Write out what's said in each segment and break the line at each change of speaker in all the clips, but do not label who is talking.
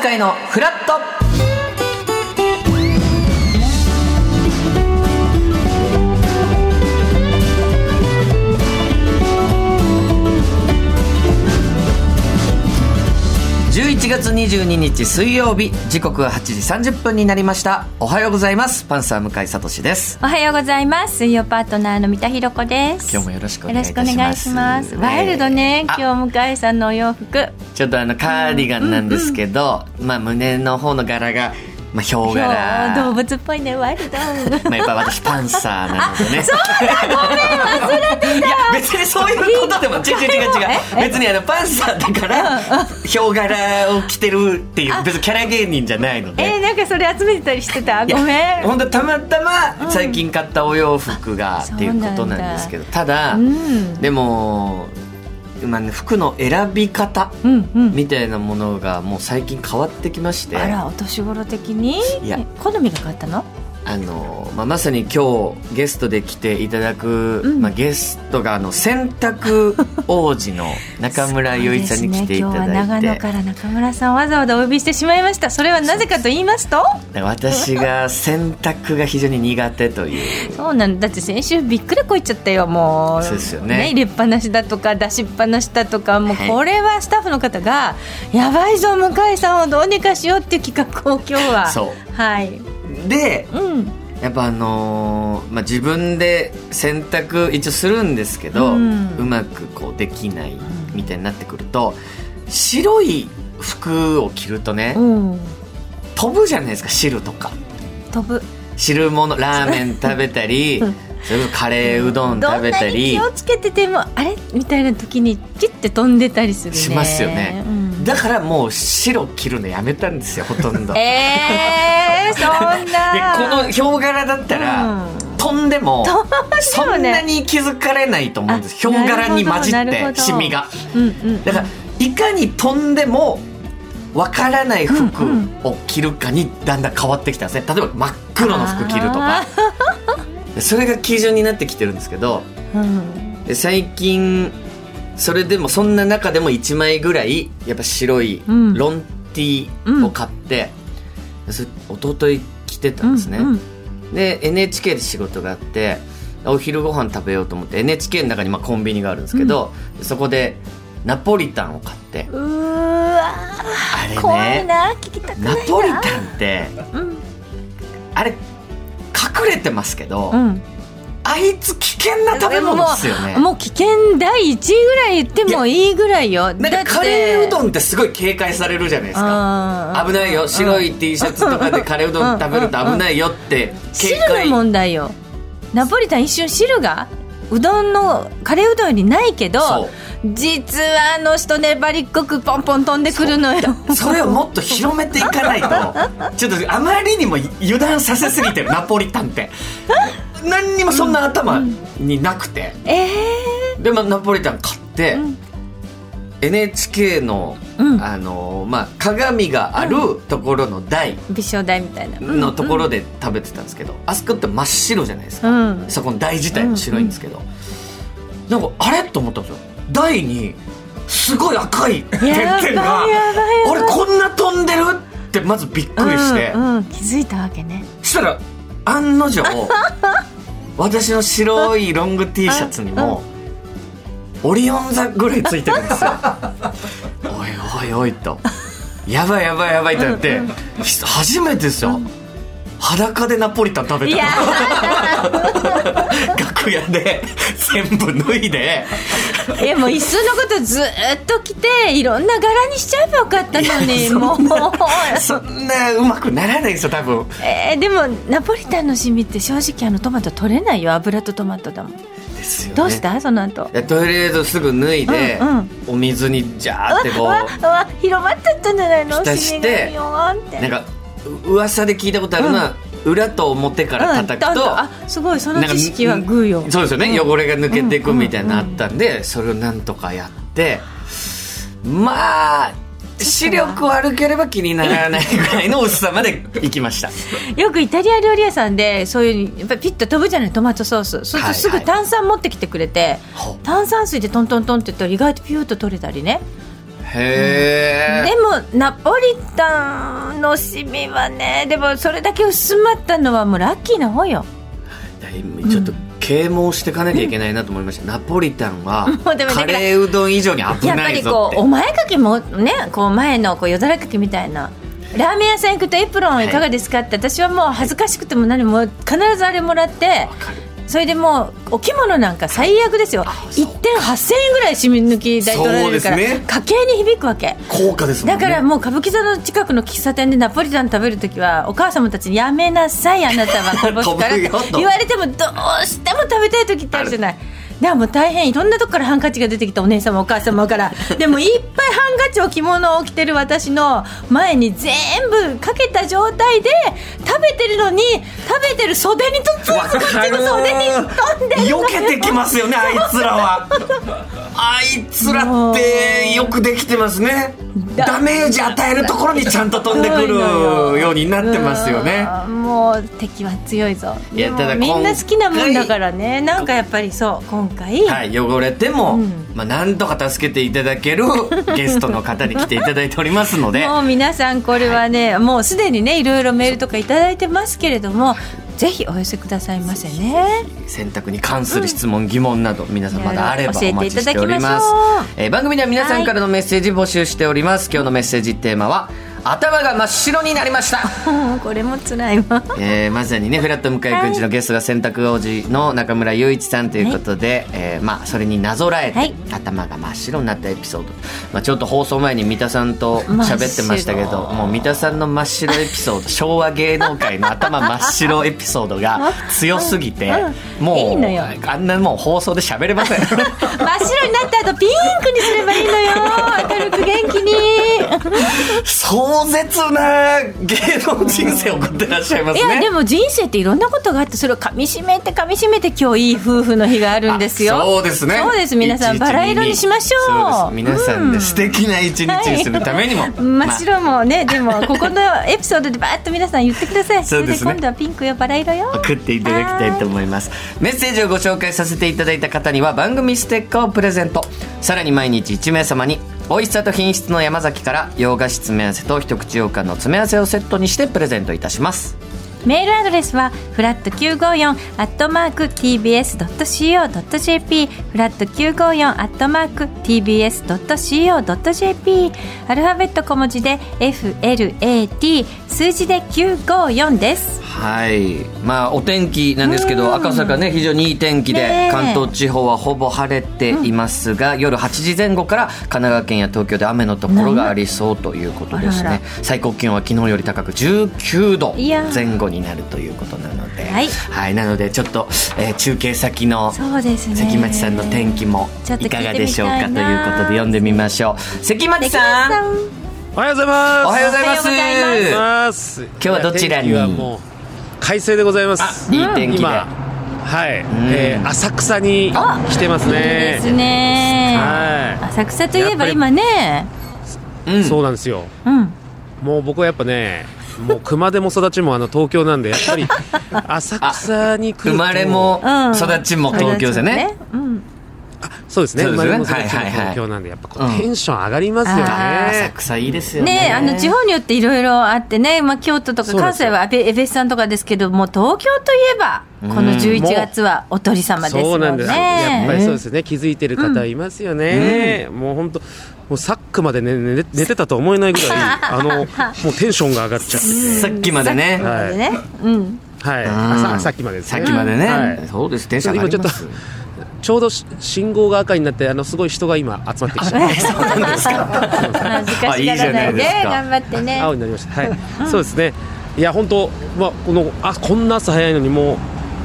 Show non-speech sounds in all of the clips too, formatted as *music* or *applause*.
海のフラット11月22日水曜日時刻は8時30分になりましたおはようございますパンサー向井聡です
おはようございます。水曜パートナーの三田寛子です。
今日もよろしくお
よろ
願いい
したくお
し
願
ま
い
す
します。ワイルドね、
あ
今日向井さんのお洋服。
ちょっとあのカーディガンなんですけど、まあ胸の方の柄が、まあ、ヒョウ柄
今日動物っぽいね、ワイルド。
まあやっぱ私パンサーなのでね。そうだ、ごめん、忘れてた。いや、別にそういうことでも、違う違う違う。別にあのパンサーだから、ヒョウ柄を着てるっていう、別にキャラ芸人じゃないの
え
で。
ー、なんかそれ集めてたりしてた。ごめん。
本当たまたま最近買ったお洋服が、
うん
っていうことなんですけど、ただ、
うん。
でも、まあね、服の選び方
うんうん。
みたいなものがもう最近変わってきまして。
あら、お年頃的に
いや
好みが変わったの
あのまあ、まさに今日ゲストで来ていただく、
うん
まあ、ゲストがあの洗濯王子
*laughs*
の中村
そう
雄
で
一さ
す
んに来ていた
ね、今日
だ
はい長
て、
野から中村さんわざわざお呼びしてしまいました。それはなぜかと言いますと
私が洗濯が非常に苦手という
そうなんだだって先週びっくりこいちゃったよもう
そうですよね
入れっぱなしだとか出しっぱなしだとかもう
はい
これはスタッフの方が「やばいぞ向井さんをどうにかしよう」っていう企画を今日は
そう
はい、
で
うん、
やっぱあのーまあ、自分で洗濯一応するんですけど、
う
う
ん
まくこうできないみたいになってくると白い服を着るとね、
うん、
飛ぶじゃないですか汁とか。
飛ぶ
汁物ラーメン食べたり
うん
それこそカレーうどん食べたり
どんなに気をつけててもあれみたいな時にピッて飛んでたりするね
しますよね
うん
だからもう白着るのやめたんですよほとん
*laughs*
どで
えー、そん
*laughs*
な
このヒョウ柄だったら、
うん
飛んでもそん
ね
なに気づかれないと思うんですヒョ
あ
ウ柄に混じ
なるほどなるほ
って
ど
シミが
うんうん
だからいかに飛んでもわからない服
うん
を着るかにだんだん変わってきたんですね例えば真っ黒の服着ると
あ
かでそれが基準になってきてるんですけど
うん
で最近それでもそんな中でも1枚ぐらいやっぱ白い
うん
ロンティーを買って、それ一昨日着てたんですね、
うんうん
で NHK で仕事があってお昼ご飯食べようと思って NHK の中にまあコンビニがあるんですけど、そこでナポリタンを買って
うーわー
あれ
怖い
ね
な聞きたくない
ナ
な
ポリタンって
うん
あれ隠れてますけど、
うん
あいつ危険な食べ物ですよね
もう危険第1位ぐらい言ってもいいぐらいよ
なんかカレーうどんってすごい警戒されるじゃないですか
か
危ないよ白い T シャツとかでカレーうどん食べると危ないよって警
汁
戒
の問題よナポリタン一瞬汁がうどんのカレーうどんよりないけど
そ
実はあの人粘りっこくポンポン飛んでくるのよ
うそれをもっと広めていかない
*laughs*
とちょっとあまりにも油断させすぎてるナポリタンって何にもそんな頭になくて
え
でもナポリタン買って
うん
NHK の
うん
あのまあ鏡があるところの台
ー、美少大みたいな
のとこ
ろ
ろで食べてたんですけどあそこって真っ白じゃないですか
うん
そこの台自体も白いんですけど、なんかあれと思ったんですよ台にすごい赤い点々
やばいやばいや
が
ばい
あれこんな飛んでるってまずびっくりして、
うんうん、気づいたわけ
*laughs*
ね
したら案の定私の白いロング T シャツにもオリオン座ぐらいついてる
*laughs*
んですよおいおいおいとやばいやばいやばいってなって、初めてですよ、裸でナポリタン食べ
い
たの
や
*laughs* 楽屋で全部脱いで
いやもう一寸のことずーっと着ていろんな柄にしちゃえばよかったの
*laughs*
にもう
そんなうまくならないですよ多分
えーでもナポリタンのシミって正直あのトマト取れないよ油とトマトだもん
ですよね
どうしたその後
いやとりあえずすぐ脱いで、
うんうん
お水にジャーってこ
わ
う
わ広まっちゃったんじゃないの
浸
シ
し
ミが
て
ビヨーンって
なんかう噂で聞いたことあるのは、裏と表から叩く
うん
と、
あすごいその
なんか
知識はグーよ
そうですよね、汚れが抜けていくみたいなのあったんで、それをなんとかやってまあ視力悪ければ気にならないぐらいの
*laughs*
薄さまでいきました
よくイタリア料理屋さんでそういうやっぱりピッと飛ぶじゃないトマトソースそうするとす
はい
ぐ
はい
炭酸持ってきてくれて、
ほう
炭酸水でトントントンって言ったら意外とピューッと取れたりね
へ
でもナポリタンのシミはねでもそれだけ薄まったのはもうラッキーな方よ
え、ちょっと啓蒙していかなきゃいけないなと思いました、ナポリタンは
もうでもだか
カ
ら
レーうどん以上に危
やっぱ
ない
り
ぞ
こ
って
うお前かけもねこう前のこうよだれかけみたいなラーメン屋さん行くとエプロンいかがですかって、私はもう恥ずかしくても何も必ずあれもらって
わかる
それでもうお着物なんか最悪ですよ
あ
1点8000円ぐらい染み抜き代取られるから、
そうですね
家計に響くわけ
高価ですもん
だ
ね
からもう歌舞伎座の近くの喫茶店でナポリタン食べるときはお母様たちに「やめなさいあなたはこぼすから」っ
*laughs* 飛ぶ
て
よと
言われてもどうしても食べたいときってあるじゃない。でもう大変いろんなとこからハンカチが出てきたお姉様お母様
*laughs*
からでもいっぱいハンカチを着物を着てる私の前に全部かけた状態で食べてるのに食べてる袖にとつ
わ
こっちの袖に飛んでるのよ
避
*laughs*
けてきますよねあいつらはあいつらってよくできてますね
だ
ダメージ与えるところにちゃんと飛んでくるようになってますよね
うんもう敵は強いぞ
いやただ
でもみんな好きなもんだからね
今回
なんかやっぱりそう今回、
はい、汚れても、
うん
まあ、なんとか助けていただけるゲストの方に来ていただいております
*laughs*
ので
もう皆さんこれはね、もうすでにねいろいろメールとかいただいてますけれどもぜひお寄せくださいませ
*laughs*
ね
選択に関する質問、疑問など皆さんまだあれば
いろいろ教え
お
て
待
い
ち
た
し
だ
て
き
お
ましょう
りますえー番組では皆さんからのメッセージ募集しております、今日のメッセージテーマは頭が真っ白になりました
うんこれもつらいわ
えーまさにねフラット向井くんちのゲストが洗濯王子の中村雄一さんということで、えーまあ、それになぞらえて、
はい
頭が真っ白になったエピソード、まあ、ちょっと放送前に三田さんと喋ってましたけ
真っ
ど
白
もう三田さんの真っ白エピソー
*laughs*
ド昭和芸能界の頭真っ白エピソード
*laughs*
が強すぎて、
うん
もう
いいのよ
あんなもう放送で喋れ
*laughs*
ません
真っ白になった後ピンクにすればいいのよ明るく元気に
壮絶な芸能人生を送ってらっしゃいま
い
す
や
ね
でも人生っていろんなことがあってそれをかみしめてかみしめて今日いい夫婦の日があるんですよ
そうですね。
そうです皆さんバラ色にしましょう
そうです皆さんで素敵な一日にするためにも、
真
ま
っ
あ
白もね、でもここのエピソードでバーッと皆さん言ってください
そうですね
れ今度はピンクよバラ色よ
送っていただきたいと思いますメッセージをご紹介させていただいた方には番組ステッカーをプレゼントさらに毎日1名様に美味しさと品質の山崎から洋菓子詰め合わせと一口羊羹の詰め合わせをセットにしてプレゼントいたします
メールアドレスはフラット954アットマーク tbs.co.jp フラット954アットマーク tbs.co.jp アルファベット小文字で flat 数字で954です
はいまあお天気なんですけど赤坂ね非常にいい天気
ね
で
え
関東地方はほぼ晴れていますが、夜8時前後から神奈川県や東京で雨のところがありそうということです
あらあ
ね
ら
最高気温は昨日より高く19度
いやー
前後になるということなのでは
はい
なのでちょっと、えー中継先の
そうですね
関町さんの天気も
ちょっと聞
い
いて
か
みた
が
いな
でしょうかということで読んでみましょう関
関町
町さん
さん
おはようございます。
おはようございます
おはようござい
ございます。今
日はどちらに
はもう快晴でございます。
あいい天気で
今はい、えー浅草に
あ
来てます
で
ね。
すね
は
浅草といえば
やっぱり
今ね
う
い、
ん
そうなんですよ。
うん
もう僕はやっぱね、もう熊でも育ちもあの東京なんでやっ
*laughs*
ぱり浅草に来ると
生まれも
うん
育ちも東京でね、
うん
そうですね。
そう
生
です
ま
ね
れも育ちも
はいはいはい
東京なんでやっぱこ
う
うんテンション上がりますよ
あ
浅
ね。
草いいですよね
ねあの地方によっていろいろあってね、まあ、京都とか
そうな
関
んです
西
よ
は安倍江別さんとかですけども東京といえばこの11月はおとり様です
そ
も
うんなんですよ、やっぱ
ね。
りそうですね、気づいてる方いますよね、もう本当、もうさっきまで、ね、寝て寝てたと思えないぐ
*laughs*
らい、あのもうテンションが上がっちゃって
さっきまでね。
は
ないのでねうん、
て、はい、
うん
ささっきまでです
さ
ね、
っきまでね。
はい
そうです。電車があります。 *laughs*
ちょうどし信号が赤になって、あのすごい人が今、集まってきちゃって、
そうなんですか。
恥ずか
あい
し
いじ
が
ゃ
ら
な
ないいで
で
す
か
頑張ってね
青になりました、はい、そうですね、いや、本当、まあ、このあこんな朝早いのに、も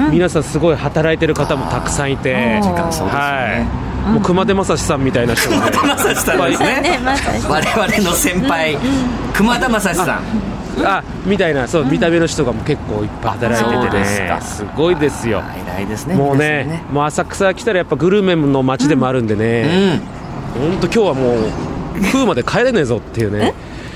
う、皆さん、すごい働いてる方もたくさんいて、
あー時間
そうですよね
はい、もう熊手正史さんみたいな人がね。
熊田正史さんです
ね
ね。
まさに
我々の先輩、熊田正史さん。
あみたいなそう見た目の人がもう結構いっぱい働いてて
あそうです
ね
か
すごいですよ
あ偉いですね。
もうね
皆さ
もう浅草来たらやっぱグルメの街でもあるんで
ん
ね、
ね。
ほんと今日はもう食うまで帰れねえぞっていうね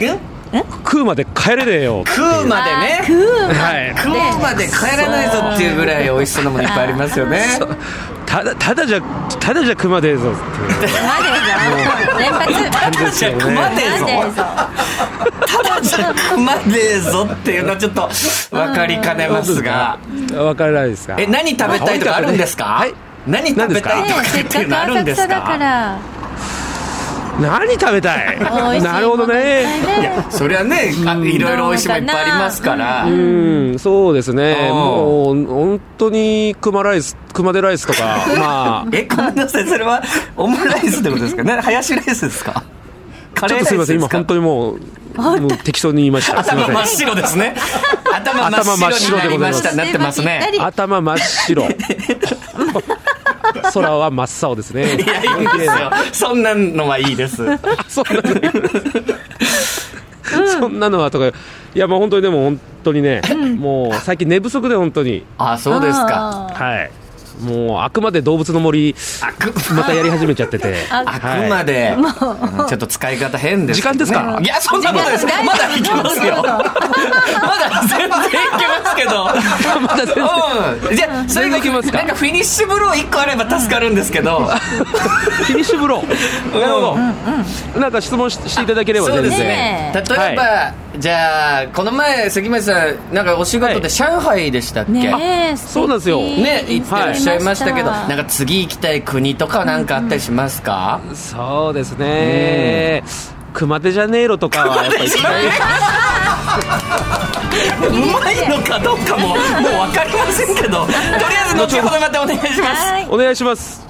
うん。うん
食うまで帰れねえよ
食うま
あー
でね。
食う
はい
食うまで帰らないぞっていうぐらい美味しそうなものいっぱいありますよね。
ただただじゃただじゃ熊でえぞっていう
マデーぞ連
感
発
じですよね
ただじ
マデーぞ
ゃ熊でえぞただじゃ熊でえぞっていうのはちょっと分かりかねますが
分からないですか
え何食べたいとかあるんですか、
はい
何食べたいとか
ねせ
っ
ってか
いうのあ
く
るん
浅
です
草だ
か
から
何食べたい
美味しい
なるほどね
いやそりゃねあいろいろ美味しいもんいっぱいありますから、
うんそうですね
うん
もう本当に熊ライス熊手ライスと
*laughs*
かまあ
えごめんなさいそれはオムライスってことですかねハヤシライスですかカ
ちょ
レ
っ
ー
と
ラ
すい
イスです
ません今
か
本当にもうもう適当に言いましたすいま
頭
せん
真っ白ですね頭真っ白になりました
頭真っ白でございます
なってますね
頭真っ白
*laughs*
空は真っ青ですね
いやいいんですよそんなのはいいです
あそんなのそんなのはとかいやもう本当にでも本当にね、もう最近寝不足で本当に
あそうですか
あー
はいもうあくまで動物の森
あく
またやり始めちゃってて
あ
あくまで、うんちょっと使い方変ですけどね
時間ですか
いや、そんなことないです。
時間
まだいけますよ。まだ全然いけますけど。
まだ全然
うん。じゃあ、それが
全然いけますか
なんかフィニッシュブロー1個あれば助かるんですけど。な
*laughs* フィニッシュブロー
るほど。
なんか質問ししていただければ
そうですね
ね。
例えば、じゃあ、この前、関町さん、なんかお仕事
は
で
い
上海でしたっけ、
ねえ素敵
そうなんですよ
ね、行ってらっしゃいましたけど、
行ってらっ
なん
しゃいま
か次行きたい国とかなんかあったりしますか、
そうですね熊手じゃねえろとかはやっぱ一番
*laughs* うまいのかどうかももう分かりませんけどとりあえず後ほどまたお願いします
はい
お願いします